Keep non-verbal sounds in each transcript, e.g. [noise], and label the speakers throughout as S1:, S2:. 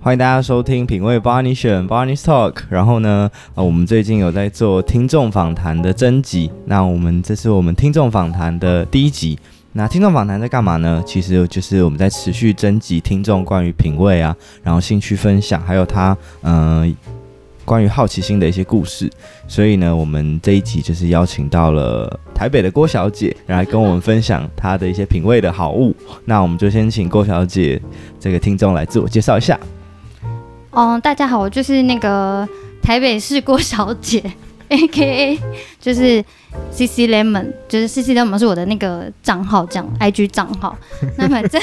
S1: 欢迎大家收听品味 Barney 选 Barney's Talk。然后呢，呃，我们最近有在做听众访谈的征集，那我们这是我们听众访谈的第一集。那听众访谈在干嘛呢？其实就是我们在持续征集听众关于品味啊，然后兴趣分享，还有他嗯、呃关于好奇心的一些故事。所以呢，我们这一集就是邀请到了台北的郭小姐，来跟我们分享她的一些品味的好物。那我们就先请郭小姐这个听众来自我介绍一下。
S2: 哦，大家好，我就是那个台北市郭小姐 [laughs] ，A K A 就是 C C Lemon，就是 C C Lemon 是我的那个账号，这样 I G 账号。那反正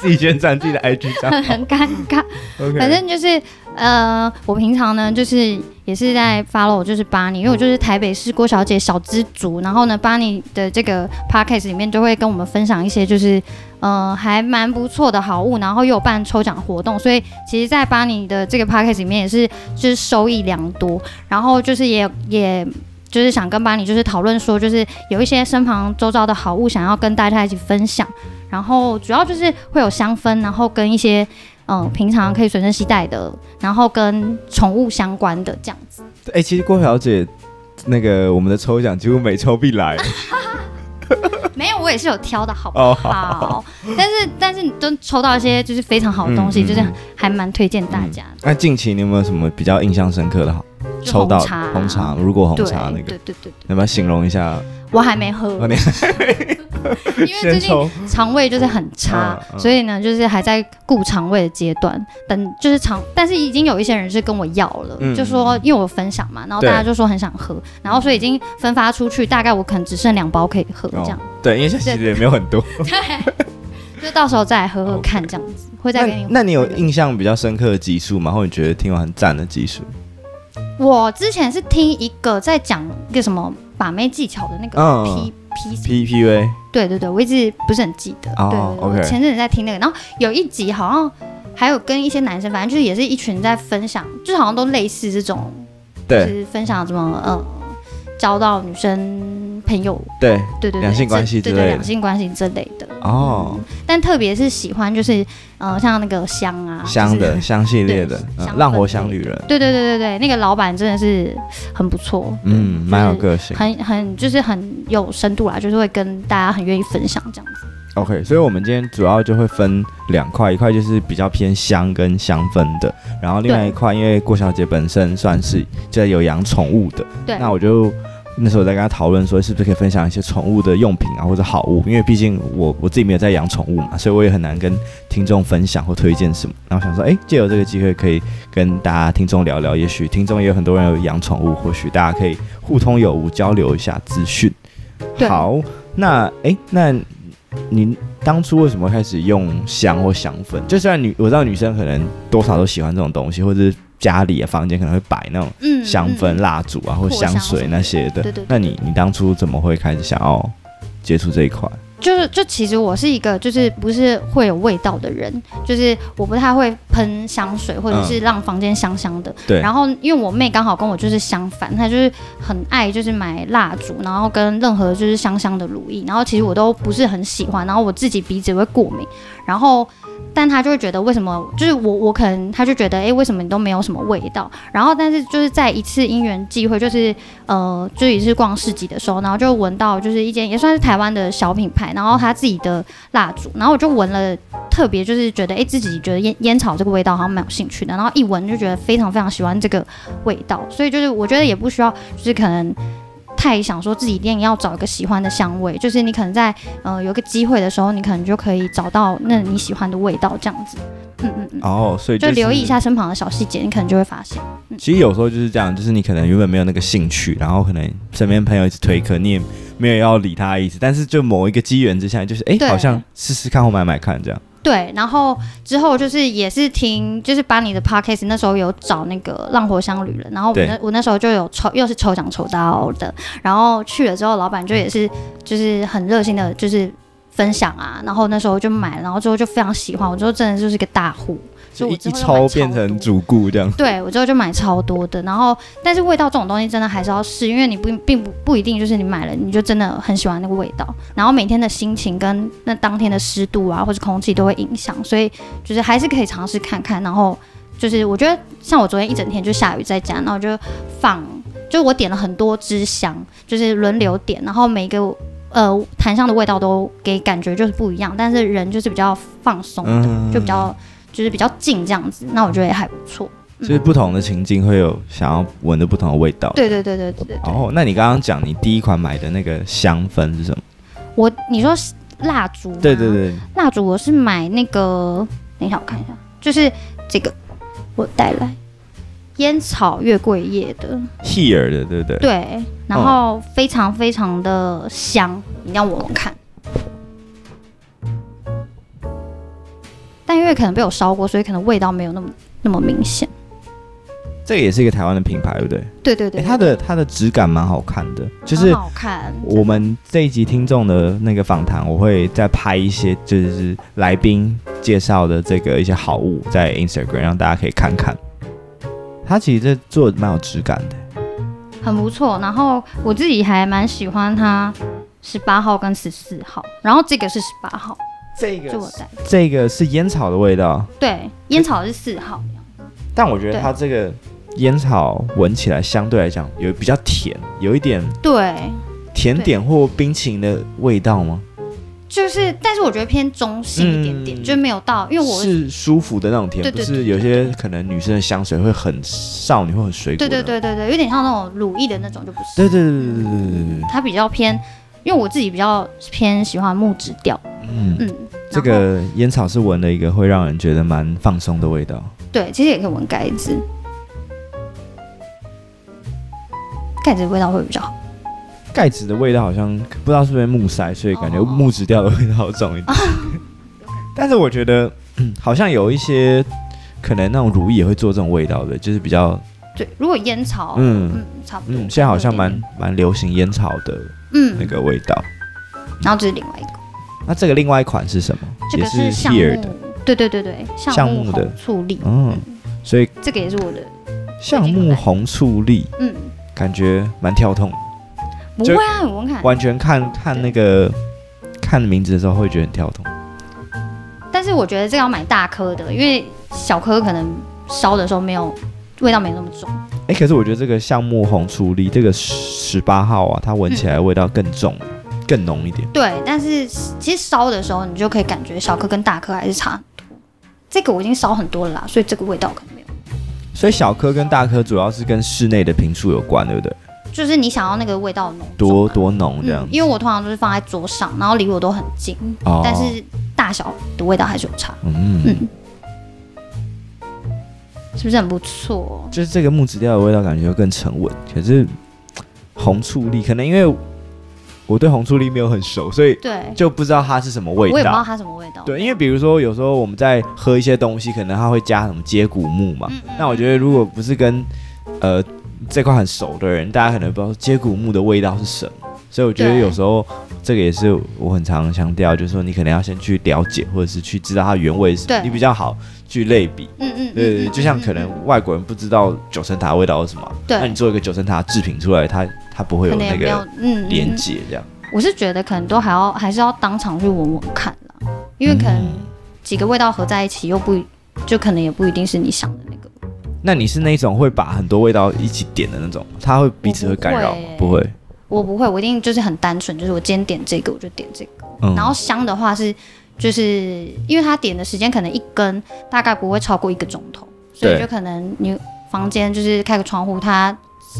S1: 自己宣传自己的 [laughs] IG 账号
S2: 很尴尬，
S1: ，OK，
S2: 反正就是呃，我平常呢就是也是在 follow 就是巴尼，因为我就是台北市郭小姐小知足，然后呢巴尼的这个 podcast 里面就会跟我们分享一些就是呃还蛮不错的好物，然后又有办抽奖活动，所以其实，在巴尼的这个 podcast 里面也是就是收益良多，然后就是也也。就是想跟巴尼就是讨论说，就是有一些身旁周遭的好物想要跟大家一起分享，然后主要就是会有香氛，然后跟一些嗯，平常可以随身携带
S1: 嗯
S2: 的，然后跟宠物相关的这样
S1: [laughs]
S2: 子。
S1: 哎、其实郭小姐那个我们的抽奖几乎每抽必来
S2: 没有，我也是有挑的，好不
S1: 哦，
S2: 好？但是但是你都抽到一些就是非常好的东西，
S1: 嗯嗯
S2: 就是还蛮推荐大家的。
S1: 那近期你有没有什么比较印象深刻的好
S2: 就
S1: 抽到
S2: 红茶啊
S1: 红茶？如果红
S2: 对
S1: 茶那个，
S2: 对对对对，
S1: 要不要形容一下？
S2: 我还没喝，
S1: 哦你
S2: [laughs] 因为最
S1: 先
S2: 近
S1: 抽
S2: 肠胃就是很差，
S1: 嗯嗯
S2: 所以呢就是还在顾肠胃的阶段。等就是肠，但是已经有一些人是跟我要了，
S1: 嗯
S2: 就说因为我分享嘛，然后
S1: 对
S2: 大家就说很想喝，然后所以已经分发出去，大概我可能只剩两包可以
S1: 哦
S2: 喝这样。
S1: 对，因为现在其实也没有很
S2: [laughs]
S1: 多。
S2: 就到时候再来喝喝看，这样子会再
S1: 那
S2: 给你。
S1: 那你有印象比较深刻的集数吗？或者你觉得听完很赞的集数？
S2: 我之前是听一个在讲一个什么把妹技巧的那个
S1: 嗯
S2: P 呃 P C，
S1: P P V
S2: 对对对，我一直不是很记得。
S1: 哦
S2: 对对对，我
S1: OK
S2: 前阵子在听那个，然后有一集好像还有跟一些男生，反正就是也是一群在分享，就是好像都类似这种，就
S1: 对
S2: 是分享怎么呃交到女生朋友，
S1: 对
S2: 对对对，
S1: 两性关系之
S2: 这对
S1: 类
S2: 对
S1: 的
S2: 两性关系这类的。
S1: 哦，
S2: 但特别是喜欢就是呃像那个香啊，
S1: 香
S2: 就是
S1: 的香系列的
S2: 对，
S1: 嗯
S2: 香
S1: 浪
S2: 氛
S1: 活
S2: 类
S1: 香女
S2: 的
S1: 人，
S2: 对对对对对，那个老板真的是很不错，
S1: 嗯，
S2: 对
S1: 蛮有
S2: 就是
S1: 个性。
S2: 很很就是很有深度啦，就是会跟大家很愿意分享这样子。
S1: OK，所以我们今天主要就会分两块，一块就是比较偏香跟香氛的，然后另外
S2: 对
S1: 一块，因为郭小姐本身算是就有养宠物的，
S2: 对，
S1: 那我就那时候我在跟她讨论说，是不是可以分享一些宠物的用品啊或者好物，因为毕竟我我自己没有在养宠物嘛，所以我也很难跟听众分享或推荐什么。然后想说，哎，借由这个机会可以跟大家听众聊聊，也许听众也有很多人有养宠物，或许大家可以互通有无，交流一下资讯。
S2: 对
S1: 好，那哎、诶那你当初为什么开始用香或香粉？就虽然女我知道女生可能多少都喜欢这种东西，或者是家里啊房间可能会摆那种
S2: 嗯
S1: 香氛、
S2: 嗯
S1: 蜡烛啊，或
S2: 扩香
S1: 香水那些的。
S2: 对对对
S1: 那你你当初怎么会开始想要接触这一块？
S2: 就是就其实我是一个就是不是会有味道的人，就是我不太会喷香水或者是让房间香香的。
S1: 对
S2: 然后因为我妹刚好跟我就是相反，她就是很爱就是买蜡烛，然后跟任何就是香香的乳液，然后其实我都不是很喜欢，然后我自己鼻子会过敏，然后。但她就会觉得为什么就是我我可能她就觉得哎、诶为什么你都没有什么味道？然后但是就是在一次因缘际会，就是呃就也是逛市集的时候，然后就闻到就是一间也算是台湾的小品牌，然后他自己的蜡烛，然后我就闻了特别就是觉得，哎、自己觉得烟烟草这个味道好像蛮有兴趣的，然后一闻就觉得非常非常喜欢这个味道，所以就是我觉得也不需要，就是可能太想说自己一定要找一个喜欢的香味，就是你可能在呃有个机会的时候，你可能就可以找到那你喜欢的味道这样子，嗯嗯嗯，
S1: 哦，所以
S2: 就是留意一。下身旁的小细节，你可能就会发现，
S1: 其实有时候就是这样，就是你可能原本没有那个兴趣，然后可能身边朋友一直推
S2: 嗯
S1: 坑，你也没有要理他的意思，但是就某一个机缘之下，就是哎、
S2: 对
S1: 好像试试看或买买看这样。
S2: 对，然后之后就是也是听，就是把你的 podcast 那时候有找那个浪火香旅人，然后我
S1: 对
S2: 那我那时候就有抽，又是抽奖抽到的，然后去了之后，老板就也是就是很热心的，就是分享啊，然后那时候就买了，然后之后就非常喜欢，我之后真的就是个大户，所以
S1: 一
S2: 我之
S1: 一
S2: 后就买
S1: 抽变
S2: 超
S1: 成
S2: 多
S1: 主顾这样。
S2: 对我之后就买超多的，然后但是味道这种东西真的还是要试，因为你不并不不一定就是你买了你就真的很喜欢那个味道，然后每天的心情跟那当天的湿度啊或者空气都会影响，所以就是还是可以尝试看看，然后就是我觉得像我昨天一整天就下雨在家，然后就放，就我点了很多支香，就是轮流点，然后每一个呃檀香的味道都给感觉就是不一样，但是人就是比较放松的，
S1: 嗯
S2: 哦就比较就是比较静这样子，那我觉得也还不错。
S1: 就是不同的情境会有想要闻的不同的味道。
S2: 对对对对对对对。
S1: 哦，那你刚刚讲你第一款买的那个香氛是什么？
S2: 我你说是蜡烛吗？
S1: 对对，对，
S2: 蜡烛我是买那个，等一下我看一下，就是这个我带来烟草月桂叶的，
S1: ，Here 的，对不对？
S2: 对，然
S1: 哦
S2: 后非常非常的香，你让我闻看。但因为可能被我烧过，所以可能味道没有那么那么明显。
S1: 这个也是一个台湾的品牌，对不对？
S2: 对对对，
S1: 诶它的它的质感蛮好看的，就是
S2: 很好看。
S1: 我们这一集听众的那个访谈，我会再拍一些就是来宾介绍的这个一些好物在 Instagram，让大家可以看看。它其实这做的蛮有质感的，
S2: 很不错。然后我自己还蛮喜欢它十八号跟十四号，然后这个是十八号，
S1: 这
S2: 就我带。
S1: 这个是烟草的味道，
S2: 对，烟草是四号，
S1: 但我觉得
S2: 对
S1: 它这个烟草闻起来相对来讲有比较甜，有一点
S2: 对，
S1: 甜点或冰淇淋的味道吗？
S2: 就是，但是我觉得偏中性一点点，
S1: 嗯
S2: 就没有到，因为我
S1: 是舒服的那种甜，
S2: 对
S1: 不
S2: 对
S1: 是
S2: 对
S1: 有些可能女生的香水会很少女或很水果
S2: 对
S1: 的那
S2: 对
S1: 种。
S2: 对对对，有点像那种乳液的那种就不是，
S1: 对对对对对对对对对。
S2: 它比较偏，因为我自己比较偏喜欢木质调，
S1: 嗯，
S2: 嗯，
S1: 这
S2: 然后
S1: 个烟草是闻了一个会让人觉得蛮放松的味道。
S2: 对，其实也可以闻盖子，盖子的味道会比较好。
S1: 盖子的味道好像不知道是不是木塞，所以感觉
S2: 哦
S1: 木质调的味道重一点。但是我觉得、嗯好像有一些可能那种如意也会做这种味道的，就是比较
S2: 对，如果烟草，嗯
S1: 嗯
S2: 差不
S1: 嗯，
S2: 多。
S1: 现在好像
S2: 有
S1: 蛮
S2: 一
S1: 蛮流行烟草的
S2: 点点
S1: 那
S2: 嗯，
S1: 个味道。
S2: 然后这是另外一个，
S1: 那这个另外一款是什么？
S2: 这个
S1: 也是
S2: 橡木
S1: Here 的，，
S2: 对对对对，
S1: 橡
S2: 橡
S1: 木的
S2: 红醋栗，
S1: 嗯，所以
S2: 这个也是我的，
S1: 橡木红醋栗
S2: 嗯，
S1: 感觉蛮跳痛的，
S2: 不
S1: 就
S2: 会啊，我闻看，
S1: 完全看看那个看名字的时候会觉得很跳痛。
S2: 但是我觉得这个要买大颗的，因为小颗可能烧的时候没有味道没有那么重。
S1: 哎、可是我觉得这个橡木红醋栗这个十八号啊，它闻起
S2: 嗯
S1: 来味道更重、更浓一点。
S2: 对，但是其实烧的时候你就可以感觉小颗跟大颗还是差很多。这个我已经烧很多了啦，所以这个味道可能没有。
S1: 所以小颗跟大颗主要是跟室内的瓶数有关，对不对？
S2: 就是你想要那个味道浓重
S1: 多
S2: 啊
S1: 多浓这样
S2: 嗯，
S1: 子。
S2: 因为我通常都是放在桌上，然后离我都很近，
S1: 哦
S2: 但是大小的味道还是有差，
S1: 嗯，
S2: 嗯是不是很不错？
S1: 就是这个木质调的味道感觉就更沉稳。可是红醋栗，可能因为我对红醋栗没有很熟，所以
S2: 对，
S1: 就不知道它是什么味
S2: 我也不知道
S1: 道。
S2: 它什么味道。
S1: 对，因为比如说有时候我们在喝一些东西，可能它会加什么接骨木
S2: 嗯
S1: 嘛。啊那我觉得如果不是跟呃这块很熟的人，大家可能不知道接骨木的味道是什么。所以我觉得
S2: 对
S1: 有时候这个也是我很常强调，就是说你可能要先去了解，或者是去知道它原味是什么，
S2: 对
S1: 你比较好去类比。
S2: 嗯嗯，嗯
S1: 对对，
S2: 嗯
S1: 对就像可
S2: 嗯嗯
S1: 能外国人不知道九层塔的味道是什么，
S2: 对
S1: 那你做一个九层塔制品出来，它它不会
S2: 可
S1: 有
S2: 能也
S1: 那
S2: 没有
S1: 个
S2: 嗯嗯
S1: 连
S2: 嗯
S1: 接这样。
S2: 我是觉得可能都还要还是要当场去闻闻看啦，因为可能几个味道合在一起又不一就可能也不一定是你想的那个。
S1: 那你是那种会把很多味道一起点的那种吗，它会彼此会干扰吗？
S2: 我
S1: 不
S2: 不欸
S1: 会，
S2: 我不会，我一定就是很单纯，就是我今天点这个我就点这个。
S1: 嗯
S2: 然后香的话是就是因为它点的时间可能一根大概不会超过一个钟头，所以
S1: 对
S2: 就可能你房间就是开个窗户，它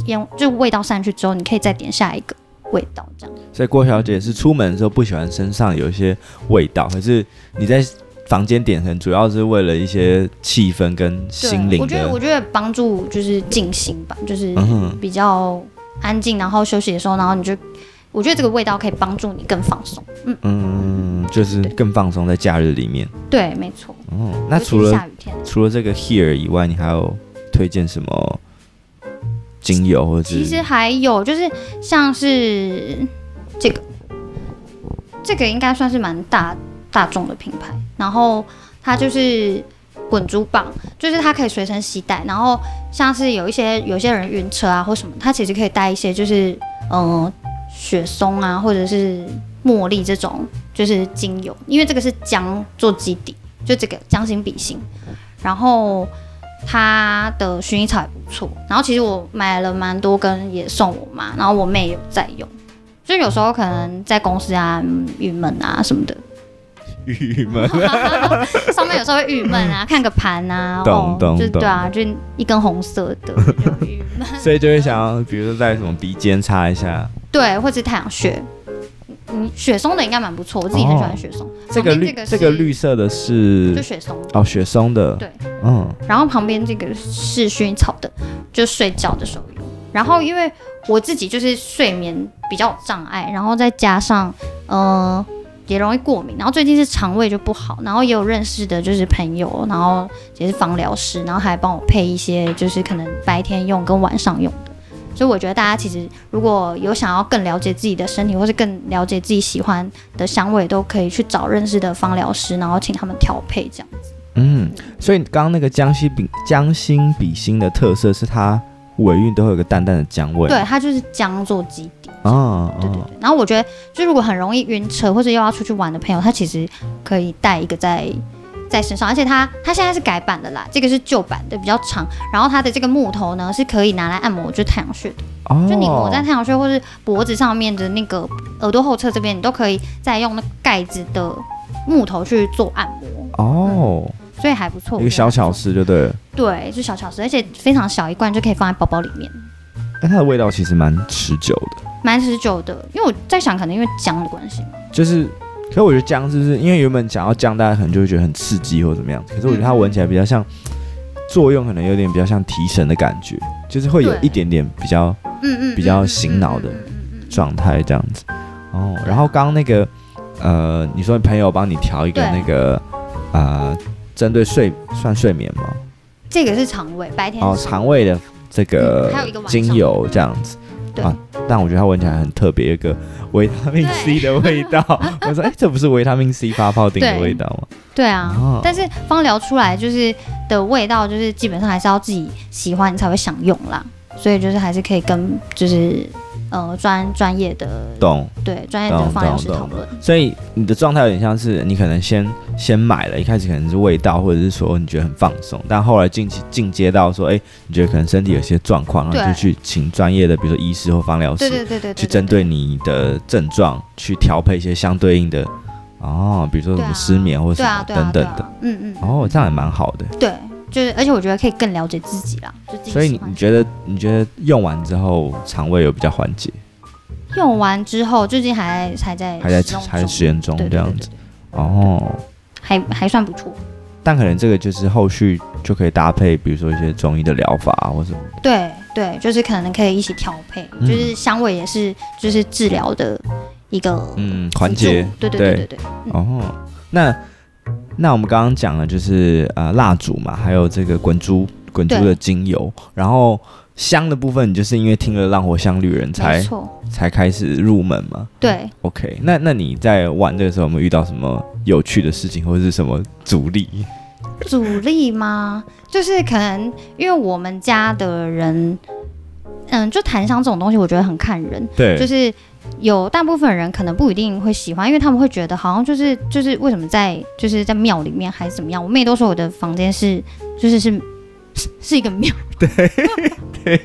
S2: 烟就味道散去之后，你可以再点下一个味道这样。
S1: 所以郭小姐是出门的时候不喜欢身上有一些味道，可是你在房间点，可能主要是为了一些气氛跟
S2: 对
S1: 心灵
S2: 我觉得我
S1: 的。
S2: 觉得帮助就是静心吧，就是
S1: 嗯哼，
S2: 比较安静，然后休息的时候，然后你就，我觉得这个味道可以帮助你更放松。
S1: 嗯，就是更放松在假日里面。
S2: 对，没错。
S1: 哦，那
S2: 尤其
S1: 除
S2: 是
S1: 了
S2: 下雨天，
S1: 除了这个 here 以外，你还有推荐什么精油或者
S2: 其实
S1: 是
S2: 还有就是像是这个，这个应该算是蛮大大众的品牌，然后它就是。滚珠棒就是它可以随身携带，然后像是有一些有些人晕车啊或什么，它其实可以带一些就是嗯、呃雪松啊或者是茉莉这种就是精油，因为这个是姜做基底，就这个姜心比心，然后它的薰衣草也不错。然后其实我买了蛮多根，也送我妈，然后我妹也有在用。就有时候可能在公司啊嗯郁闷啊什么的， [laughs]
S1: 郁闷。
S2: 上面有时候会郁闷啊，看个盘啊，
S1: 嗯懂懂
S2: 就
S1: 懂
S2: 对啊，就一根红色
S1: [laughs]
S2: 的就郁闷，
S1: 所以就会想要，比如说在什么鼻尖擦一下，
S2: 对，或者是太阳穴。嗯，雪松的应该蛮不错，我自己很喜欢雪松。
S1: 这个
S2: 旁边
S1: 绿
S2: 这个
S1: 这个
S2: 是
S1: 绿色的
S2: 就是雪松，
S1: 哦雪松的，
S2: 对，
S1: 嗯，
S2: 然后旁边这个是薰衣草的，就睡觉的时候用。然后因为我自己就是睡眠比较有障碍，然后再加上嗯、呃也容易过敏，然后最近是肠胃就不好，然后也有认识的就是朋友，然后也是芳疗师，然后还帮我配一些就是可能白天用跟晚上用的。所以我觉得大家其实如果有想要更了解自己的身体，或是更了解自己喜欢的香味，都可以去找认识的芳疗师，然后请他们调配这样。
S1: 嗯，所以刚刚那个江西比江心比心的特色是它尾韵都会有个淡淡的姜味，
S2: 对，它就是姜做基底。
S1: 啊啊
S2: 对对对。然后我觉得，就如果很容易晕车或者又要出去玩的朋友，他其实可以带一个在在身上，而且它它现在是改版的啦，这个是旧版的比较长，然后它的这个木头呢是可以拿来按摩，就是太阳穴的，
S1: 哦，
S2: 就你抹在太阳穴或是脖子上面的那个耳朵后侧这边，你都可以再用那盖子的木头去做按摩，
S1: 哦，
S2: 所以还不错。
S1: 一个小巧，思就对了。
S2: 对，就小巧思，而且非常小一罐就可以放在包包里面。
S1: 但它的味道其实蛮持久的，
S2: 蛮持久的，因为我在想，可能因为姜的关系嘛，
S1: 就是，可我觉得姜是不是因为原本讲到姜，大家可能就会觉得很刺激或怎么样，可是我觉得
S2: 嗯
S1: 它闻起来比较像，作用可能有点比较像提神的感觉，就是会有
S2: 对
S1: 一点点比较
S2: 嗯嗯，嗯
S1: 比较醒脑的状态这样子。哦，然后刚刚那个，呃，你说你朋友帮你调一个
S2: 对
S1: 那个，呃，针对睡算睡眠吗？
S2: 这个是肠胃，白天
S1: 哦，
S2: 是
S1: 肠胃的这个
S2: 嗯还有一个晚上
S1: 精油这样子。
S2: 对
S1: 啊但我觉得它闻起来很特别，有一个维他命 C 的味
S2: [laughs]
S1: 道。我说，哎、这不是维他命 C 发泡锭的味道吗？
S2: 对啊，
S1: 哦
S2: 但是芳疗出来就是的味道，就是基本上还是要自己喜欢你才会想用啦，所以就是还是可以跟就是呃专专业的
S1: 懂
S2: 对专业的
S1: 懂
S2: 芳疗
S1: 懂
S2: 师讨
S1: 懂
S2: 论。。
S1: 所以你的状态有点像是你可能先先买了，一开始可能是味道，或者是说你觉得很放松，但后来进进阶到说，哎、你觉得可能身体有些状况，然后
S2: 对
S1: 就去请专业的，比如说医师或芳疗
S2: 对
S1: 师
S2: 对对对对，
S1: 去针对你的症状去调配一些相对应的。哦，比如说什
S2: 对啊
S1: 么失眠或什
S2: 对
S1: 么
S2: 啊对啊
S1: 等
S2: 对
S1: 等
S2: 啊
S1: 的，，
S2: 嗯嗯，
S1: 哦，这样也蛮好的。
S2: 对，就是而且我觉得可以更了解自己啦，就自己
S1: 所以
S2: 喜
S1: 你
S2: 欢
S1: 你觉得你觉得用完之后肠胃有比较缓解，
S2: 用完之后，最近还还在
S1: 还在
S2: 哎使用
S1: 还在
S2: 中
S1: 实验中
S2: 对对
S1: 这样
S2: 对
S1: 子
S2: 对
S1: 哦。
S2: 还还算不错。
S1: 但可能这个就是后续就可以搭配，比如说一些中医的疗法啊，或什么。
S2: 对对，就是可能可以一起调配，
S1: 嗯
S2: 就是香味也是就是治疗的一个
S1: 嗯环节
S2: 辅助对对
S1: 对
S2: 对对对，嗯
S1: 哦，那那我们刚刚讲了就是呃蜡烛嘛，还有这个滚珠滚珠
S2: 对
S1: 的精油，然后香的部分，你就是因为听了《浪火香旅人》
S2: 没
S1: 才
S2: 错，
S1: 才开始入门嘛。
S2: 对。
S1: OK，那那你在玩这个时候有没有遇到什么有趣的事情，或者是什么阻力？
S2: 阻力吗？就是可能因为我们家的人，嗯，就檀香这种东西，我觉得很看人，
S1: 对，
S2: 就是有大部分人可能不一定会喜欢，因为他们会觉得好像就是就是为什么在就是在庙里面还是怎么样？我妹都说我的房间是就是是是是一个庙，对对。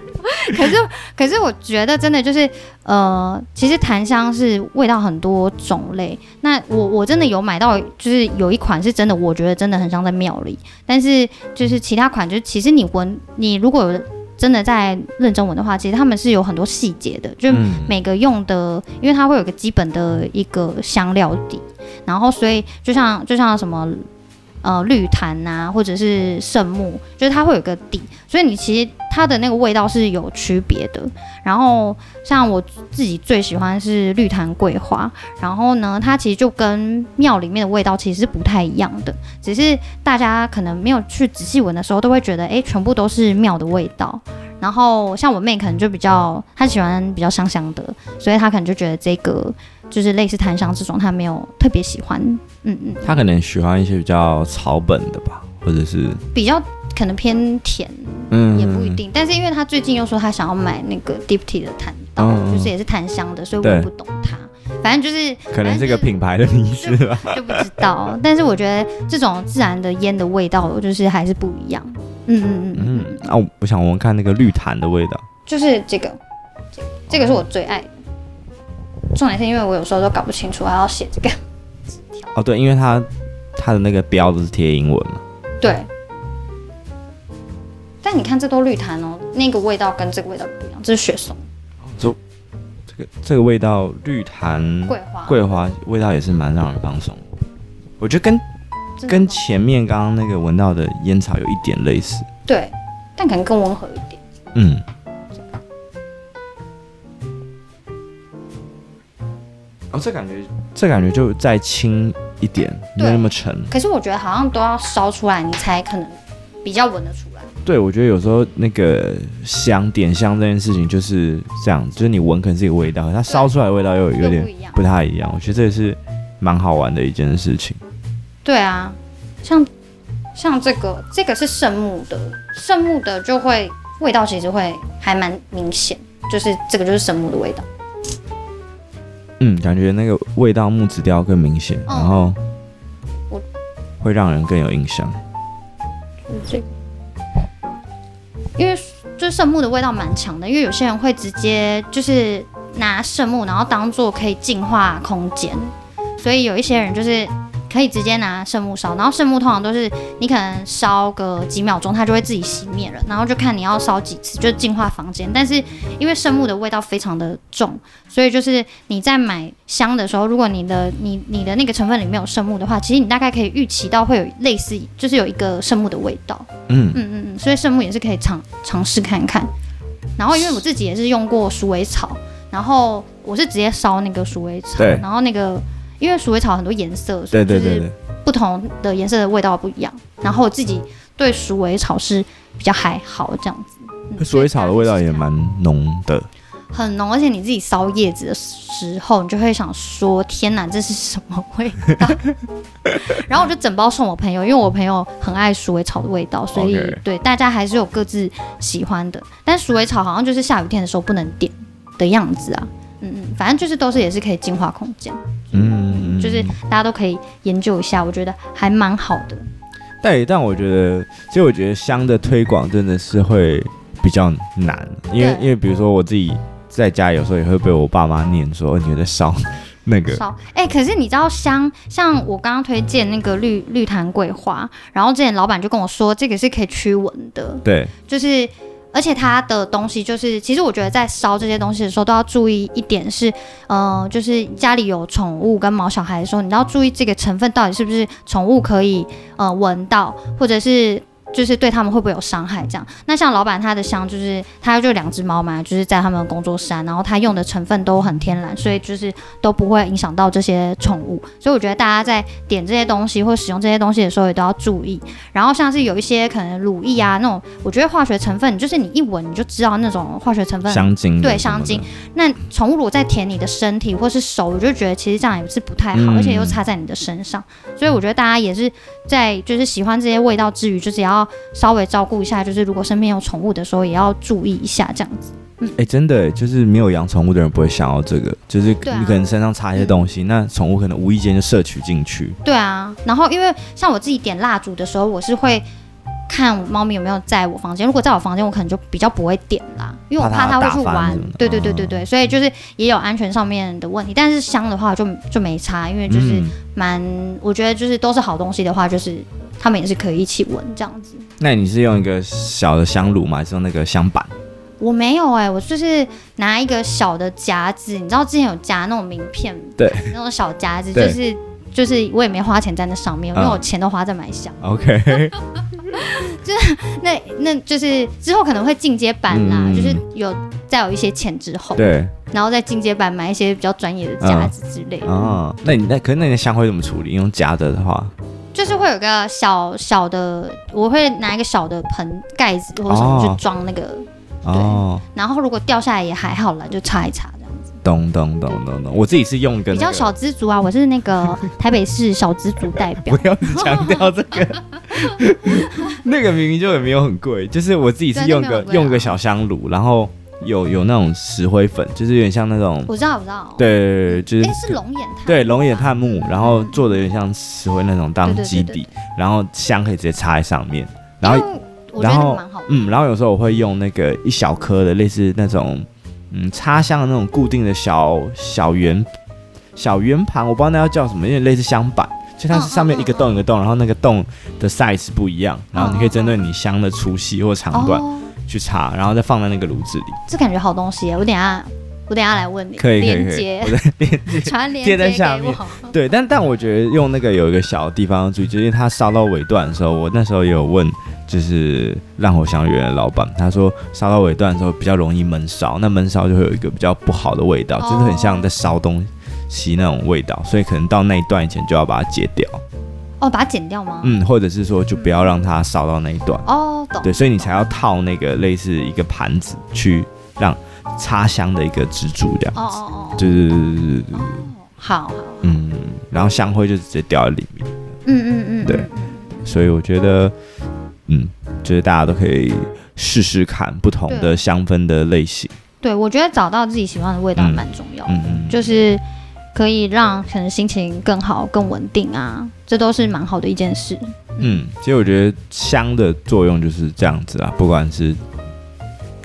S2: 可是可是我觉得真的就是呃，其实檀香是味道很多种类。那我我真的有买到，就是有一款是真的，我觉得真的很像在庙里，但是就是其他款，就是其实你闻你如果有。真的在认真闻的话，其实他们是有很多细节的，就
S1: 嗯
S2: 每个用的，因为它会有一个基本的一个香料底，然后所以就像就像什么呃绿檀啊，或者是圣木，就是它会有一个底，所以你其实它的那个味道是有区别的。然后像我自己最喜欢是绿檀桂花，然后呢，它其实就跟庙里面的味道其实是不太一样的，只是大家可能没有去仔细闻的时候，都会觉得诶，全部都是庙的味道。然后像我妹可能就比较，她喜欢比较香香的，所以她可能就觉得这个就是类似檀香这种，她没有特别喜欢。嗯嗯，
S1: 他可能喜欢一些比较草本的吧，或者是
S2: 比较可能偏甜，
S1: 嗯
S2: 也不一。定。但是因为她最近又说她想要买那个 d i p t y 的檀道，
S1: 嗯嗯
S2: 就是也是檀香的，所以我也
S1: 对
S2: 不懂她。反正就是
S1: 可能这个品牌的名字
S2: 哎
S1: 吧。
S2: 就不知道，但是我觉得这种自然的烟的味道，就是还是不一样。嗯嗯嗯，
S1: 嗯， [laughs] 啊，我我想闻看那个绿檀的味道。
S2: 就是这个，这个这个是我最爱的。重点是因为我有时候都搞不清楚还要写这个，
S1: 哦，对，因为它它的那个标都是贴英文嘛。
S2: 对。但你看这都绿檀哦，那个味道跟这个味道不一样，这是雪松、
S1: 这个这个味道，绿檀
S2: 桂花、
S1: 桂花味道也是蛮让人放松。我觉得跟
S2: 真的
S1: 跟
S2: 吗
S1: 前面刚刚那个闻到的烟草有一点类似。
S2: 对，但可能更温和一点。
S1: 嗯，哦，这感觉这感觉就再轻一点，没有那么沉。
S2: 可是我觉得好像都要烧出来，你才可能比较闻得出来。
S1: 对，我觉得有时候那个香点香这件事情就是这样，就是你闻可能是一个味道，它烧出来的味道又有有
S2: 又
S1: 点
S2: 不一样
S1: 不太一样。我觉得这也是蛮好玩的一件事情。
S2: 对啊，像像这个这个是圣木的，圣木的就会味道其实会还蛮明显，就是这个就是圣木的味道。
S1: 嗯，感觉那个味道木质调更明显，
S2: 嗯
S1: 然后
S2: 我
S1: 会让人更有印象。
S2: 就是这个，因为就是圣木的味道蛮强的，因为有些人会直接就是拿圣木，然后当做可以净化空间，所以有一些人就是可以直接拿圣木烧，然后圣木通常都是你可能烧个几秒钟，它就会自己熄灭了，然后就看你要烧几次，就净化房间。但是因为圣木的味道非常的重，所以就是你在买香的时候，如果你的你你的那个成分里面有圣木的话，其实你大概可以预期到会有类似，就是有一个圣木的味道。
S1: 嗯，
S2: 嗯嗯嗯，所以圣木也是可以尝尝试看看。然后因为我自己也是用过鼠尾草，然后我是直接烧那个鼠尾草，
S1: 对
S2: 然后那个因为鼠尾草很多颜色，所
S1: 对
S2: 以就
S1: 对对
S2: 是
S1: 对，
S2: 不同的颜色的味道不一样。然后我自己对鼠尾草是比较还好这样子。嗯
S1: 鼠尾草的味道也蛮浓的。
S2: 很浓，而且你自己烧叶子的时候，你就会想说：“天哪，这是什么味道？” [laughs] 然后我就整包送我朋友，因为我朋友很爱鼠尾草的味道，所以
S1: OK
S2: 对大家还是有各自喜欢的。但鼠尾草好像就是下雨天的时候不能点的样子啊。嗯嗯，反正就是都是也是可以净化空间，
S1: 嗯，
S2: 就是大家都可以研究一下，我觉得还蛮好的。
S1: 但但我觉得，其实我觉得香的推广真的是会比较难，因为
S2: 对
S1: 因为比如说我自己在家有时候也会被我爸妈念说哦你有在烧那个，
S2: 烧哎、可是你知道香，像我刚刚推荐那个绿绿檀桂花，然后之前老板就跟我说，这个是可以驱蚊的，
S1: 对，
S2: 就是而且它的东西就是，其实我觉得在烧这些东西的时候都要注意一点是，呃，就是家里有宠物跟毛小孩的时候，你要注意这个成分到底是不是宠物可以呃闻到，或者是。就是对他们会不会有伤害？这样，那像老板他的香就是他就两只猫嘛，就是在他们工作室啊，然后他用的成分都很天然，所以就是都不会影响到这些宠物。所以我觉得大家在点这些东西或使用这些东西的时候也都要注意。然后像是有一些可能乳液啊那种，我觉得化学成分，就是你一闻你就知道那种化学成分。
S1: 香精
S2: 嗯对
S1: 什么
S2: 香
S1: 的
S2: 精，那宠物如果再舔你的身体或是手，我就觉得其实这样也是不太好，
S1: 嗯
S2: 而且又擦在你的身上。所以我觉得大家也是在就是喜欢这些味道之余，就是也要稍微照顾一下，就是如果身边有宠物的时候，也要注意一下这样子。
S1: 哎、真的就是没有养宠物的人不会想要这个，就是
S2: 对啊
S1: 你可能身上擦一些东西，那宠物可能无意间就摄取进去。
S2: 对啊，然后因为像我自己点蜡烛的时候，我是会看猫咪有没有在我房间。如果在我房间，我可能就比较不会点啦，因为我怕
S1: 怕它
S2: 它会去
S1: 打翻
S2: 玩
S1: 什么的。
S2: 对对对对对，所以就是也有安全上面的问题。但是香的话就就没差，因为就是
S1: 嗯，
S2: 蛮，我觉得就是都是好东西的话，就是他们也是可以一起闻这样子。
S1: 那你是用一个小的香炉吗？还是用那个香板？
S2: 我没有哎、我就是拿一个小的夹子，你知道之前有夹那种名片，
S1: 对，
S2: 那种小夹子，
S1: 对
S2: 就是就是我也没花钱在那上面，因为
S1: 嗯
S2: 我钱都花在买香。 [laughs]
S1: OK，
S2: 那那就是之后可能会进阶版啦，
S1: 嗯
S2: 就是有再有一些钱之后，
S1: 对
S2: 然后再进阶版买一些比较专业的夹子之类的，
S1: 哦，那你那可是那你的香灰怎么处理？用夹的的话，
S2: 就是会有个小小的，我会拿一个小的盆盖子或者什么
S1: 哦
S2: 去装那个，
S1: 哦，
S2: 然后如果掉下来也还好啦，就擦一擦这样子，
S1: 懂懂懂懂懂。我自己是用一个、
S2: 比较，小资族啊，我是那个台北市小资族代
S1: [laughs]
S2: 表
S1: 不，要一直强调这个， [laughs] 那个明明就也没有很贵，就是我自己是
S2: 对
S1: 用
S2: 那没有
S1: 个
S2: 很贵啊
S1: 用个小香炉，然后有有那种石灰粉，就是有点像那种。
S2: 我知道我知道，，
S1: 对，就是
S2: 哎、是龙眼炭，
S1: 对，龙眼炭木，然后做的有点像石灰那种当
S2: 对对对
S1: 基底，然后香可以直接插在上面，然
S2: 因
S1: 后
S2: 为我觉
S1: 然
S2: 得那
S1: 后
S2: 个蛮好的。
S1: 嗯，然后有时候我会用那个一小颗的，类似那种嗯插香的那种固定的小小圆小圆盘，我不知道那要叫什么，有点类似香板，就它
S2: 嗯
S1: 是上面
S2: 嗯
S1: 一个洞一个洞，然后那个洞的 size 不一样，然后你可以
S2: 嗯嗯
S1: 针对你香的粗细或长短
S2: 哦，
S1: 去插，然后再放在那个炉子里。
S2: 这感觉好东西耶，我等一下我等一下来问你，
S1: 可以可以
S2: 链
S1: 可以
S2: 接
S1: 我
S2: [laughs] 传链
S1: 贴
S2: 接
S1: 在下
S2: 给我
S1: 面。对，但但我觉得用那个有一个小地方要注意，就是因为它烧到尾段的时候，我那时候也有问，就是烂火香园的老板，他说烧到尾段的时候比较容易闷烧，那闷烧就会有一个比较不好的味道，就是很像在烧东西那种味道，所以可能到那一段以前就要把它戒掉，
S2: [laughs] 哦，把它剪掉吗？
S1: 嗯，或者是说就不要让它烧到那一段，
S2: 哦，懂。
S1: 对，所以你才要套那个类似一个盘子去让插香的一个支柱这
S2: 哦
S1: 样子，
S2: 哦哦，
S1: 对对对对对对，
S2: 哦，好，好
S1: 嗯，然后香灰就直接掉在里面。
S2: 嗯嗯嗯，
S1: 对
S2: 嗯
S1: 所以我觉得，嗯，就是大家都可以试试看不同的
S2: 对
S1: 香氛的类型，
S2: 对，我觉得找到自己喜欢的味道
S1: 嗯
S2: 蛮重要的，
S1: 嗯嗯，
S2: 就是可以让可能心情更好、更稳定啊，这都是蛮好的一件事。
S1: 嗯，其实我觉得香的作用就是这样子啊，不管是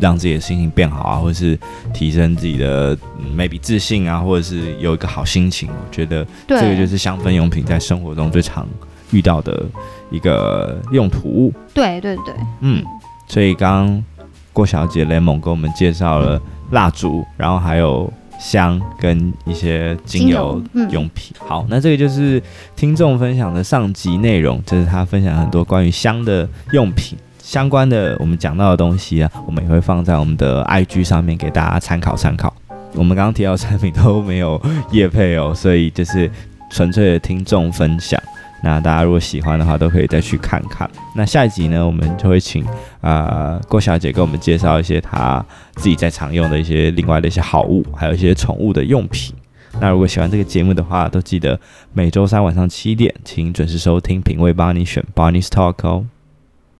S1: 让自己的心情变好啊，或是提升自己的嗯 maybe 自信啊，或者是有一个好心情，我觉得
S2: 对，
S1: 这个就是香氛用品在生活中最常遇到的一个用途物，
S2: 对对对，
S1: 嗯，所以刚刚郭小姐雷蒙给我们介绍了蜡烛，然后还有香跟一些精油
S2: 精油嗯
S1: 用品。好，那这个就是听众分享的上集内容，这、是他分享很多关于香的用品。相关的我们讲到的东西啊，我们也会放在我们的 IG 上面给大家参考参考。我们刚刚提到的产品都没有业配哦，所以就是纯粹的听众分享。那大家如果喜欢的话，都可以再去看看。那下一集呢，我们就会请啊、呃郭小姐给我们介绍一些她自己在常用的一些另外的一些好物，还有一些宠物的用品。那如果喜欢这个节目的话，都记得每周三晚上七点，请准时收听《品味帮你选 Barney's Talk》哦。